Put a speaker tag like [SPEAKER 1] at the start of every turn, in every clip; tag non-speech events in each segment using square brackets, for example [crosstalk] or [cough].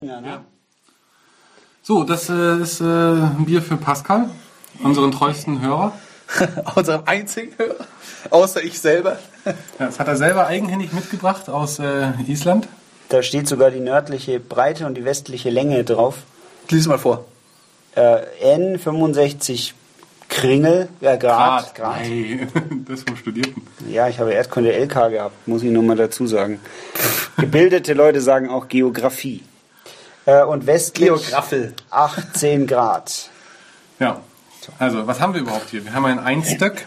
[SPEAKER 1] China, ne?
[SPEAKER 2] Ja.
[SPEAKER 3] So, das äh, ist äh, ein Bier für Pascal, unseren treuesten Hörer.
[SPEAKER 2] [laughs] Unserem einzigen Hörer, außer ich selber.
[SPEAKER 3] Ja, das hat er selber eigenhändig mitgebracht aus äh, Island.
[SPEAKER 1] Da steht sogar die nördliche Breite und die westliche Länge drauf.
[SPEAKER 2] Lies mal vor.
[SPEAKER 1] Äh, N65 Kringel, äh, Grad. Grad.
[SPEAKER 3] Nein, [laughs] das vom Studierten.
[SPEAKER 1] Ja, ich habe Erdkunde LK gehabt, muss ich nochmal dazu sagen. Gebildete Leute sagen auch Geografie. Äh, und westlich
[SPEAKER 2] Geograffel.
[SPEAKER 1] 18 Grad.
[SPEAKER 3] Ja. Also, was haben wir überhaupt hier? Wir haben ein Einstöck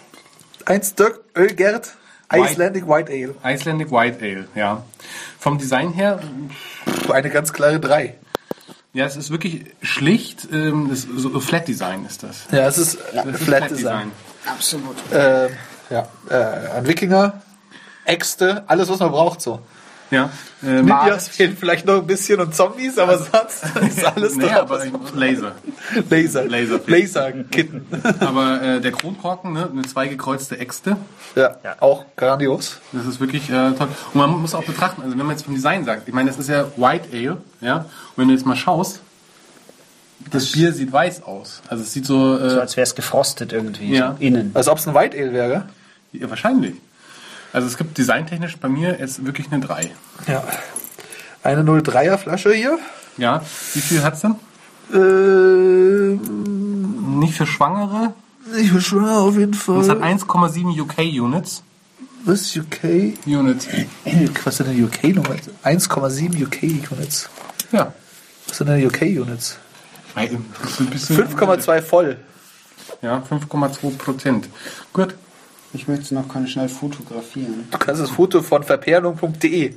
[SPEAKER 2] Ein Stück Ölgerd
[SPEAKER 3] White-
[SPEAKER 2] Icelandic White Ale.
[SPEAKER 3] Icelandic White Ale, ja. Vom Design her,
[SPEAKER 2] Puh, Eine ganz klare 3.
[SPEAKER 3] ja, es ist wirklich schlicht, ähm, das, so Flat Design ist das.
[SPEAKER 2] Ja, es ist
[SPEAKER 3] Das
[SPEAKER 2] äh,
[SPEAKER 3] ist
[SPEAKER 2] Flat Design.
[SPEAKER 1] Absolut.
[SPEAKER 2] Äh, ja, äh, ein Wikinger, Äxte, alles was man braucht so.
[SPEAKER 3] Ja. Ähm,
[SPEAKER 2] Ninjas fehlen vielleicht noch ein bisschen und Zombies, aber
[SPEAKER 3] [laughs]
[SPEAKER 2] sonst ist alles
[SPEAKER 3] Also, nee,
[SPEAKER 2] drauf.
[SPEAKER 3] aber Laser.
[SPEAKER 2] Laser,
[SPEAKER 3] Laser-
[SPEAKER 2] Laserkitten.
[SPEAKER 3] [laughs] Aber äh, der Kronkorken, ne, eine zwei gekreuzte Äxte,
[SPEAKER 2] Ja, auch grandios.
[SPEAKER 3] das ist wirklich äh, toll. Und man muss auch betrachten, also wenn man jetzt vom Design sagt, ich meine, das ist ja White Ale, ja, und wenn du jetzt mal schaust, das Bier sieht weiß aus. Also es sieht so,
[SPEAKER 4] So
[SPEAKER 3] äh,
[SPEAKER 4] als wäre es gefrostet irgendwie.
[SPEAKER 3] Ja.
[SPEAKER 4] So innen.
[SPEAKER 2] Als ob es Also, ein White Ale wäre.
[SPEAKER 3] ja, wahrscheinlich. Also es gibt designtechnisch bei mir jetzt wirklich eine 3.
[SPEAKER 2] Ja. Eine 03er Flasche hier.
[SPEAKER 3] Ja, wie viel hat's denn?
[SPEAKER 2] Ähm,
[SPEAKER 3] Nicht für Schwangere.
[SPEAKER 2] ich bin schwanger auf jeden
[SPEAKER 3] Es hat
[SPEAKER 2] Fall.
[SPEAKER 3] 1,7 UK-Units.
[SPEAKER 2] Was UK?
[SPEAKER 3] Units.
[SPEAKER 2] Was sind denn UK-Nummer? 1,7 UK-Units.
[SPEAKER 3] Ja.
[SPEAKER 2] Was sind denn UK-Units?
[SPEAKER 3] Das ist ein bisschen-
[SPEAKER 2] 5,2 voll.
[SPEAKER 3] Ja, 5,2 Prozent. Gut.
[SPEAKER 1] Ich möchte es noch kann schnell fotografieren.
[SPEAKER 2] Du kannst das Foto von verperlung.de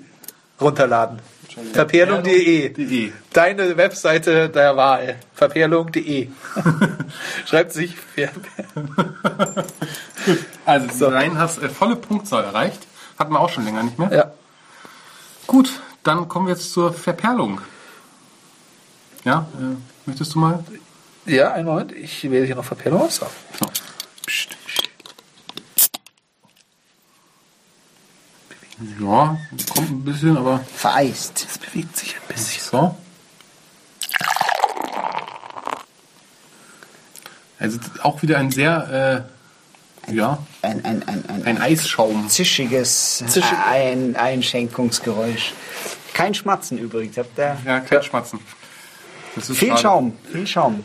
[SPEAKER 2] runterladen.
[SPEAKER 3] E.
[SPEAKER 2] Verperlung.de. Deine Webseite der Wahl. [laughs] Verperlung.de.
[SPEAKER 3] E. [laughs]
[SPEAKER 2] Schreibt sich Ver
[SPEAKER 3] Also, die Rhein hast äh, volle Punktzahl erreicht. Hatten wir auch schon länger nicht mehr.
[SPEAKER 2] Ja.
[SPEAKER 3] Gut, dann kommen wir jetzt zur Verperlung. Ja, äh, möchtest du mal?
[SPEAKER 2] Ja, einen Moment. Ich wähle hier noch Verperlung aus.
[SPEAKER 3] Ja, kommt ein bisschen, aber
[SPEAKER 1] Vereist.
[SPEAKER 2] Es bewegt sich ein bisschen.
[SPEAKER 3] so. Also auch wieder ein sehr, äh, ja,
[SPEAKER 1] Ein, ein, ein, ein,
[SPEAKER 3] ein Eisschaum.
[SPEAKER 1] zischiges äh, ein Einschenkungsgeräusch. Kein Schmatzen übrigens, habt ihr?
[SPEAKER 3] Ja, kein Schmatzen. Das ist
[SPEAKER 1] Viel
[SPEAKER 3] schade.
[SPEAKER 1] Schaum, viel Schaum.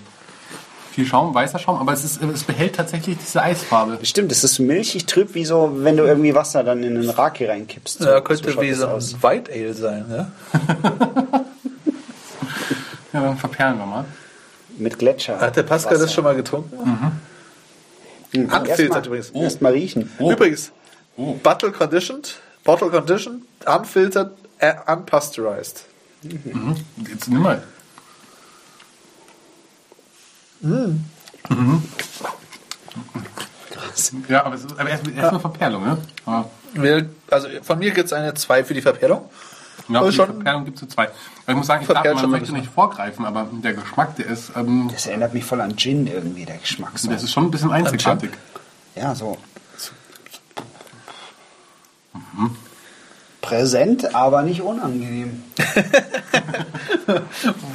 [SPEAKER 3] Viel Schaum, weißer Schaum, aber es, ist, es behält tatsächlich diese Eisfarbe.
[SPEAKER 1] Stimmt, es ist milchig trüb, wie so, wenn du irgendwie Wasser dann in den Raki reinkippst. So,
[SPEAKER 2] Ja,
[SPEAKER 1] so
[SPEAKER 2] könnte
[SPEAKER 1] schaut
[SPEAKER 2] wie
[SPEAKER 1] das
[SPEAKER 2] so
[SPEAKER 1] aus.
[SPEAKER 2] ein White Ale sein, ne? ja?
[SPEAKER 3] Ja, dann verperlen wir mal.
[SPEAKER 1] Mit Gletscher.
[SPEAKER 2] Hat der Pascal
[SPEAKER 1] Wasser.
[SPEAKER 2] das schon mal getrunken?
[SPEAKER 1] Hm,
[SPEAKER 2] angefiltert
[SPEAKER 1] erstmal-
[SPEAKER 2] übrigens?
[SPEAKER 1] erst mal riechen.
[SPEAKER 2] Übrigens,
[SPEAKER 3] Oh.
[SPEAKER 2] Bottle Conditioned, Bottle Conditioned, unfiltered, äh, unpasteurized.
[SPEAKER 3] Jetzt nimm mal.
[SPEAKER 2] Mm.
[SPEAKER 3] Mhm. Ja, aber es ist aber erstmal erst mal Verperlung, ne? Ja,
[SPEAKER 2] Wir, also von mir gibt es eine 2 für die Verperlung.
[SPEAKER 3] ja
[SPEAKER 2] Aber
[SPEAKER 3] für die
[SPEAKER 2] schon-
[SPEAKER 3] Verperlung gibt es so zwei. Aber ich muss sagen, ich
[SPEAKER 2] Verperlt
[SPEAKER 3] dachte, man
[SPEAKER 2] schon mal
[SPEAKER 3] möchte
[SPEAKER 2] ein
[SPEAKER 3] nicht vorgreifen, aber der Geschmack, der ist, ähm,
[SPEAKER 1] Das erinnert mich voll an Gin irgendwie, der Geschmack. So.
[SPEAKER 3] das ist schon ein bisschen einzigartig.
[SPEAKER 1] Ja, so. Mhm. Präsent, aber nicht unangenehm.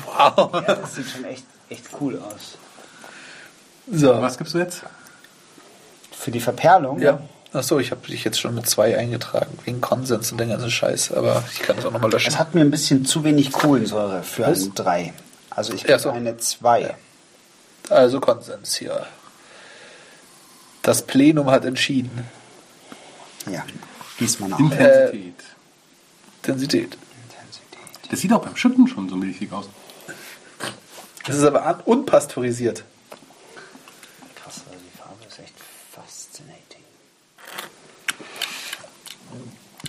[SPEAKER 2] Wow.
[SPEAKER 1] Ja, das sieht schon echt, echt cool aus.
[SPEAKER 2] So.
[SPEAKER 3] Was gibst du jetzt?
[SPEAKER 1] Für die Verperlung.
[SPEAKER 2] Ja. Achso, ich habe dich jetzt schon mit 2 eingetragen, wegen Konsens und den ganzen Scheiß, aber ich kann es auch nochmal löschen.
[SPEAKER 1] Es hat mir ein bisschen zu wenig Kohlensäure für
[SPEAKER 2] Was?
[SPEAKER 1] eine 3. Also ich
[SPEAKER 2] Ja,
[SPEAKER 1] gebe
[SPEAKER 2] so.
[SPEAKER 1] eine 2.
[SPEAKER 2] Also Konsens hier. Das Plenum hat entschieden.
[SPEAKER 1] Ja, diesmal
[SPEAKER 2] Äh,
[SPEAKER 1] nach.
[SPEAKER 3] Intensität.
[SPEAKER 2] Intensität.
[SPEAKER 1] Intensität.
[SPEAKER 3] Das sieht auch beim Schütten schon so milchig aus.
[SPEAKER 2] Das ist aber un- unpasteurisiert.
[SPEAKER 1] Krass, also die Farbe ist echt fascinating.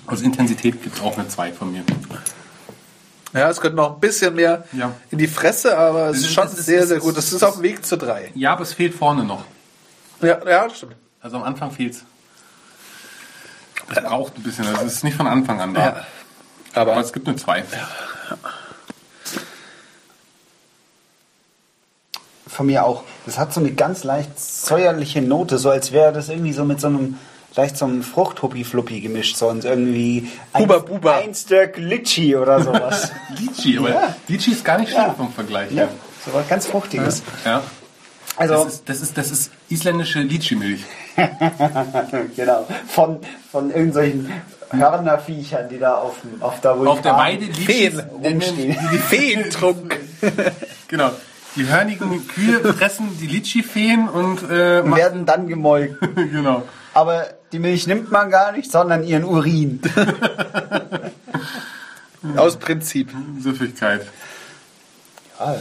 [SPEAKER 3] Also Intensität gibt auch eine 2 von mir.
[SPEAKER 2] Ja, es könnte noch ein bisschen mehr
[SPEAKER 3] Ja.
[SPEAKER 2] in die Fresse, aber es
[SPEAKER 3] Es
[SPEAKER 2] ist
[SPEAKER 3] ist-
[SPEAKER 2] schon
[SPEAKER 3] es ist-
[SPEAKER 2] sehr,
[SPEAKER 3] es
[SPEAKER 2] sehr
[SPEAKER 3] ist-
[SPEAKER 2] gut. Es ist auf dem Weg zu drei.
[SPEAKER 3] Ja, aber es fehlt vorne noch.
[SPEAKER 2] Ja, ja stimmt.
[SPEAKER 3] Also am Anfang fehlt's. Es braucht ein bisschen, das ist nicht von Anfang an da.
[SPEAKER 2] Ja.
[SPEAKER 3] Aber,
[SPEAKER 2] Aber
[SPEAKER 3] es gibt nur zwei.
[SPEAKER 1] Von mir auch. Das hat so eine ganz leicht säuerliche Note, so als wäre das irgendwie so mit so einem leicht zum Frucht-Huppi-Fluppi gemischt, sonst irgendwie
[SPEAKER 2] Huba Buba.
[SPEAKER 1] ein Stück Litschi oder
[SPEAKER 3] [laughs]
[SPEAKER 1] sowas.
[SPEAKER 3] Litchi, aber
[SPEAKER 1] Ja.
[SPEAKER 3] Litchi ist gar nicht schlecht vom Vergleich.
[SPEAKER 1] ja,
[SPEAKER 3] her.
[SPEAKER 1] so was ganz Fruchtiges.
[SPEAKER 3] ja. Das,
[SPEAKER 1] Also,
[SPEAKER 3] ist, das, ist, das ist isländische Litchi-Milch.
[SPEAKER 1] [laughs] genau, von, von irgendwelchen Hörnerviechern, die da auf, dem- auf der
[SPEAKER 3] Auf der
[SPEAKER 1] Vulkan-
[SPEAKER 3] Weide Litchis
[SPEAKER 2] Feen.
[SPEAKER 1] rumstehen.
[SPEAKER 2] Die Feentrunk.
[SPEAKER 3] [laughs] Genau. Die hörnigen Kühe fressen die Litchi-Feen und äh,
[SPEAKER 1] Und
[SPEAKER 3] machen-
[SPEAKER 1] [laughs] werden dann
[SPEAKER 3] [laughs]
[SPEAKER 1] gemolken.
[SPEAKER 3] genau.
[SPEAKER 1] Aber die Milch nimmt man gar nicht, sondern ihren Urin.
[SPEAKER 2] Aus Prinzip.
[SPEAKER 3] Süffigkeit.
[SPEAKER 1] Ah,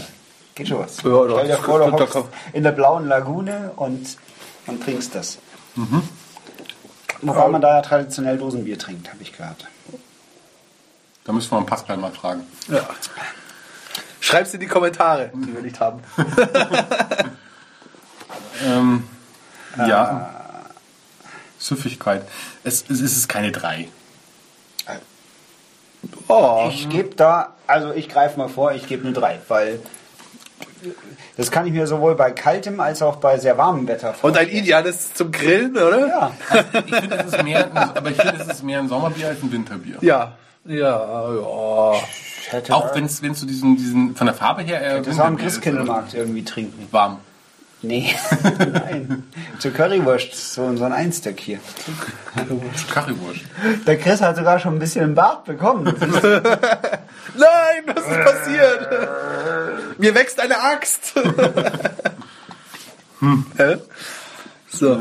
[SPEAKER 1] geht schon was.
[SPEAKER 2] Ja, doch.
[SPEAKER 1] Stell dir vor, du
[SPEAKER 2] Doch,
[SPEAKER 1] hockst
[SPEAKER 2] doch.
[SPEAKER 1] in der blauen Lagune und, und trinkst das. Mhm. Wobei man da ja traditionell Dosenbier trinkt, habe ich gehört.
[SPEAKER 3] Da müssen wir mal Pascal mal fragen.
[SPEAKER 2] Ja. Schreib's in die Kommentare. Die will ich haben.
[SPEAKER 3] Ähm, ja. Süffigkeit. Es, es ist keine 3.
[SPEAKER 2] Oh.
[SPEAKER 1] Ich gebe da, also ich greife mal vor, ich gebe eine 3, weil das kann ich mir sowohl bei kaltem als auch bei sehr warmem Wetter
[SPEAKER 2] Und ein
[SPEAKER 1] vorstellen.
[SPEAKER 2] ideales zum Grillen, oder?
[SPEAKER 1] Ja,
[SPEAKER 3] Ich finde, es ist mehr, aber ich finde, es ist mehr ein Sommerbier als ein Winterbier.
[SPEAKER 2] Ja. Ja, ja.
[SPEAKER 1] ich hätte
[SPEAKER 3] Auch wenn es zu diesen, diesen, von der Farbe her eher
[SPEAKER 1] das am
[SPEAKER 3] Winterbier ist,
[SPEAKER 1] Christkindlmarkt irgendwie trinken.
[SPEAKER 3] aber Warm.
[SPEAKER 2] [laughs]
[SPEAKER 1] Nee, nein. Zur Currywurst, so, so ein Einsteck hier.
[SPEAKER 3] Currywurst.
[SPEAKER 1] Der Chris hat sogar schon ein bisschen im
[SPEAKER 2] [laughs]
[SPEAKER 1] Bart bekommen.
[SPEAKER 2] Nein, was ist passiert? Mir wächst eine Axt. [laughs] Hä? so.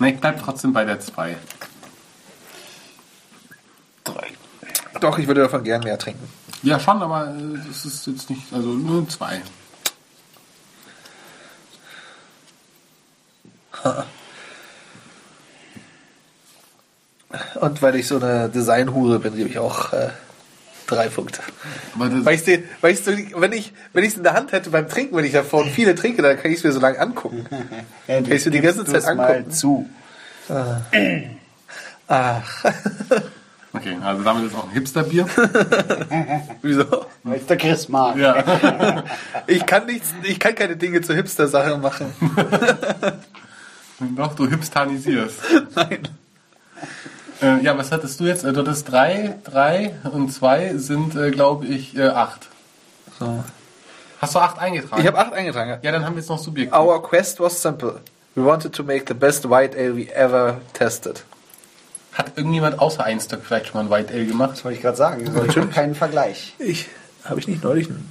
[SPEAKER 3] Nein, ich bleib trotzdem bei der 2.
[SPEAKER 2] Doch, ich würde davon gern mehr trinken.
[SPEAKER 3] Ja, schon, aber äh, es ist jetzt nicht, also nur 2.
[SPEAKER 2] Und weil ich so eine Designhure bin, gebe ich auch äh, drei Punkte.
[SPEAKER 3] Aber das,
[SPEAKER 2] Weil ich, den, weil ich so, wenn ich wenn ich es in der Hand hätte beim Trinken, wenn ich davon viele trinke, dann kann ich es mir so lange angucken.
[SPEAKER 1] Ja,
[SPEAKER 2] Kannst du die ganze
[SPEAKER 1] gibst
[SPEAKER 2] Zeit
[SPEAKER 1] du's mal
[SPEAKER 2] angucken?
[SPEAKER 1] zu.
[SPEAKER 2] Ach, [laughs]
[SPEAKER 3] okay, also damit ist auch ein Hipsterbier.
[SPEAKER 2] wieso?
[SPEAKER 1] Weil es der Chris mag.
[SPEAKER 3] ja.
[SPEAKER 2] Ich kann nichts, ich kann keine Dinge zur Hipster-Sache machen.
[SPEAKER 3] [laughs]
[SPEAKER 2] [laughs]
[SPEAKER 3] Doch, du hipstanisierst.
[SPEAKER 2] Nein.
[SPEAKER 3] Äh, ja, was hattest du jetzt? Äh, Du hattest drei, drei und zwei sind, äh, glaube ich, äh, acht.
[SPEAKER 2] So.
[SPEAKER 3] Hast du acht eingetragen?
[SPEAKER 2] Ich habe acht eingetragen. ja.
[SPEAKER 3] ja, dann haben wir jetzt noch Subjekt.
[SPEAKER 2] Our quest was simple. We wanted to make the best white ale we ever tested.
[SPEAKER 3] Hat irgendjemand außer Einstock vielleicht schon mal ein White Ale gemacht?
[SPEAKER 1] Das wollte ich gerade sagen. Das
[SPEAKER 2] [laughs]
[SPEAKER 1] ist schon keinen Vergleich.
[SPEAKER 2] Ich habe ich nicht neulich einen.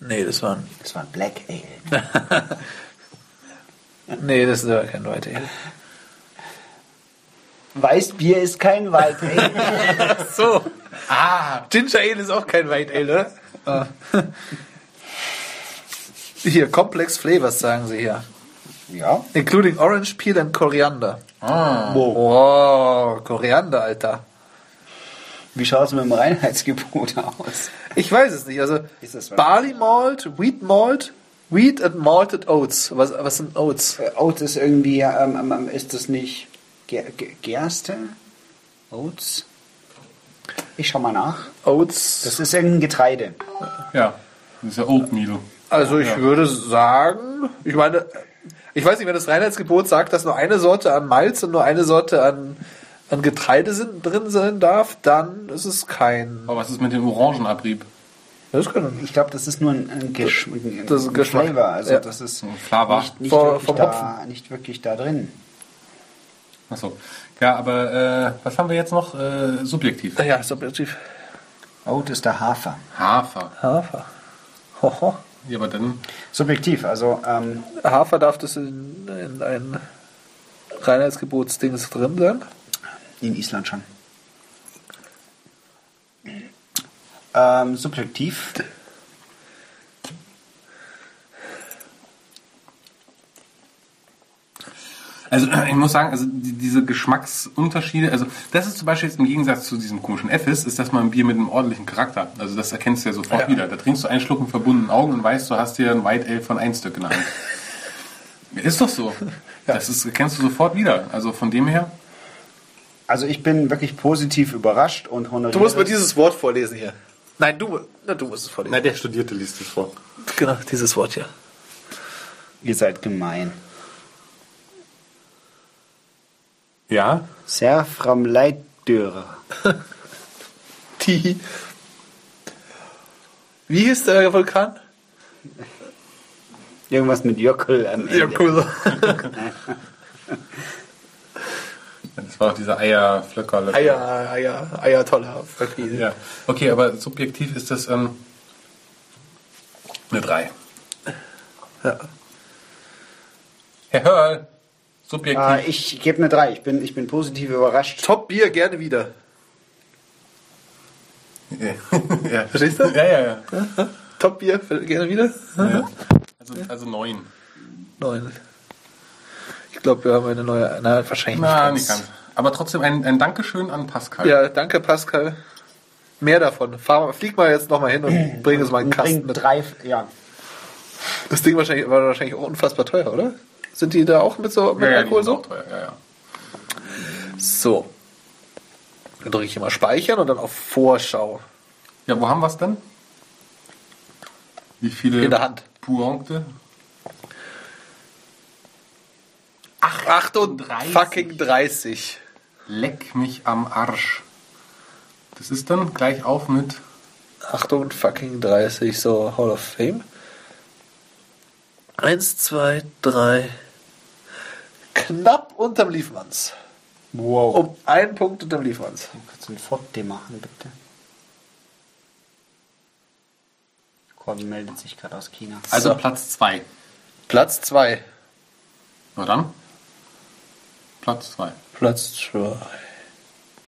[SPEAKER 2] Nee, das war ein.
[SPEAKER 1] Das war ein Black Ale.
[SPEAKER 2] [laughs] Nee, das ist aber kein White Ale.
[SPEAKER 1] Weißbier ist kein White
[SPEAKER 2] [laughs]
[SPEAKER 1] Ale.
[SPEAKER 2] Ach so. Ah, Ginger Ale ist auch kein White Ale, oder? Ah. Hier, Complex Flavors sagen sie hier.
[SPEAKER 1] ja.
[SPEAKER 2] Including Orange Peel and Koriander.
[SPEAKER 3] Ah,
[SPEAKER 2] Wow, Koriander, Alter.
[SPEAKER 1] Wie schaut es mit dem Reinheitsgebot aus?
[SPEAKER 2] Ich weiß es nicht. Also
[SPEAKER 1] Ist das was?
[SPEAKER 2] Barley Malt, Wheat Malt, Wheat and Malted Oats. Was, was sind Oats?
[SPEAKER 1] Äh, Oat ist irgendwie, ähm, ähm, ähm, ist das nicht Ger Ge- Gerste? Oats? Ich schau mal nach.
[SPEAKER 2] Oats.
[SPEAKER 1] Das ist irgendein Getreide.
[SPEAKER 3] ja. Das ist ja Oatmeal.
[SPEAKER 2] Also ich würde sagen, ich meine, ich weiß nicht, wenn das Reinheitsgebot sagt, dass nur eine Sorte an Malz und nur eine Sorte an, an Getreide sind, drin sein darf, dann ist es kein.
[SPEAKER 3] Aber was ist mit dem Orangenabrieb?
[SPEAKER 2] Das kann
[SPEAKER 1] Ich glaube, das ist nur ein, ein, Gesch ein,
[SPEAKER 2] Das ist ein
[SPEAKER 1] ein
[SPEAKER 2] Geschmack.
[SPEAKER 1] Flavor. Also
[SPEAKER 2] Ja.
[SPEAKER 1] das ist
[SPEAKER 3] So Flava.
[SPEAKER 1] nicht, nicht,
[SPEAKER 2] Vor-
[SPEAKER 1] wirklich
[SPEAKER 2] vom
[SPEAKER 1] da, nicht wirklich da drin.
[SPEAKER 3] Achso. Ja, aber äh, was haben wir jetzt noch? Äh, subjektiv.
[SPEAKER 2] ja, subjektiv.
[SPEAKER 1] Oat ist der Hafer.
[SPEAKER 3] Hafer.
[SPEAKER 2] Hafer. Hoho.
[SPEAKER 3] Ja, aber dann.
[SPEAKER 1] Subjektiv, also ähm,
[SPEAKER 2] Hafer darf das in, in ein Reinheitsgebotsdings drin sein?
[SPEAKER 1] in Island schon. Ähm, subjektiv.
[SPEAKER 3] Also [clears throat] ich muss sagen, also die, diese Geschmacksunterschiede, also das ist zum Beispiel jetzt im Gegensatz zu diesem komischen Effis, ist das mal ein Bier mit einem ordentlichen Charakter. Also das erkennst du ja sofort
[SPEAKER 2] Ja.
[SPEAKER 3] wieder. Da trinkst du einen Schluck mit verbundenen Augen und weißt, du hast dir ein White Ale von Einstück genannt. [laughs] ist doch so. Das ist, erkennst du sofort wieder. Also von dem her,
[SPEAKER 1] Also ich bin wirklich positiv überrascht und honoriere.
[SPEAKER 2] Du musst mir dieses Wort vorlesen hier. Nein, du, na, du musst es vorlesen.
[SPEAKER 3] der Studierte liest es vor.
[SPEAKER 2] Genau, dieses Wort hier.
[SPEAKER 1] Ihr seid gemein.
[SPEAKER 3] Ja.
[SPEAKER 1] Serfram Leitdörer.
[SPEAKER 2] Die. Wie hieß der Vulkan?
[SPEAKER 1] Irgendwas mit Jöckel am Ende.
[SPEAKER 2] cool.
[SPEAKER 3] Das war auch dieser Eierflöckerlöffel.
[SPEAKER 2] Eier, Eier, Eier, toller.
[SPEAKER 3] Ja. Okay, aber subjektiv ist das ähm, eine 3.
[SPEAKER 2] Ja.
[SPEAKER 3] Herr Hörl, subjektiv.
[SPEAKER 1] Ah, ich gebe eine 3. Ich bin, ich bin positiv überrascht.
[SPEAKER 2] Top Bier gerne wieder.
[SPEAKER 3] ja. [laughs]
[SPEAKER 2] Verstehst du?
[SPEAKER 3] Ja, ja, ja.
[SPEAKER 2] Top Bier gerne wieder.
[SPEAKER 3] ja. Also, also 9.
[SPEAKER 2] Neun. Ich glaube, wir haben eine neue. Na, wahrscheinlich
[SPEAKER 3] Na,
[SPEAKER 2] nicht
[SPEAKER 3] nicht
[SPEAKER 2] ganz.
[SPEAKER 3] ganz. Aber trotzdem ein, ein Dankeschön an Pascal.
[SPEAKER 2] Ja, danke Pascal. Mehr davon. Fahr, flieg mal jetzt nochmal hin und bring uns mal einen Kasten
[SPEAKER 1] Bringt
[SPEAKER 2] mit.
[SPEAKER 1] drei, ja.
[SPEAKER 2] Das Ding wahrscheinlich, war wahrscheinlich auch unfassbar teuer, oder? Sind die da auch mit so mit
[SPEAKER 3] ja, ja, die
[SPEAKER 2] Alkohol
[SPEAKER 3] sind
[SPEAKER 2] so?
[SPEAKER 3] auch teuer. Ja, ja.
[SPEAKER 2] So. Dann drücke ich immer Speichern und dann auf Vorschau.
[SPEAKER 3] ja, wo haben wir es denn? Wie viele
[SPEAKER 2] In der Hand.
[SPEAKER 3] Pointe?
[SPEAKER 2] Ach, 38
[SPEAKER 3] 38.
[SPEAKER 2] fucking 30.
[SPEAKER 3] Leck mich am Arsch. Das ist dann gleich auf mit
[SPEAKER 2] Achtung, fucking 30, so Hall of Fame. Eins, zwei, drei. Knapp unterm Liefmanns.
[SPEAKER 1] Wow.
[SPEAKER 2] Um einen Punkt unterm Liefmanns.
[SPEAKER 1] Kannst du ein Foto machen, bitte? Corby meldet sich gerade aus China.
[SPEAKER 3] also
[SPEAKER 2] So.
[SPEAKER 3] Platz 2.
[SPEAKER 2] Platz zwei.
[SPEAKER 3] Na dann. Platz 2.
[SPEAKER 2] Platz zwei.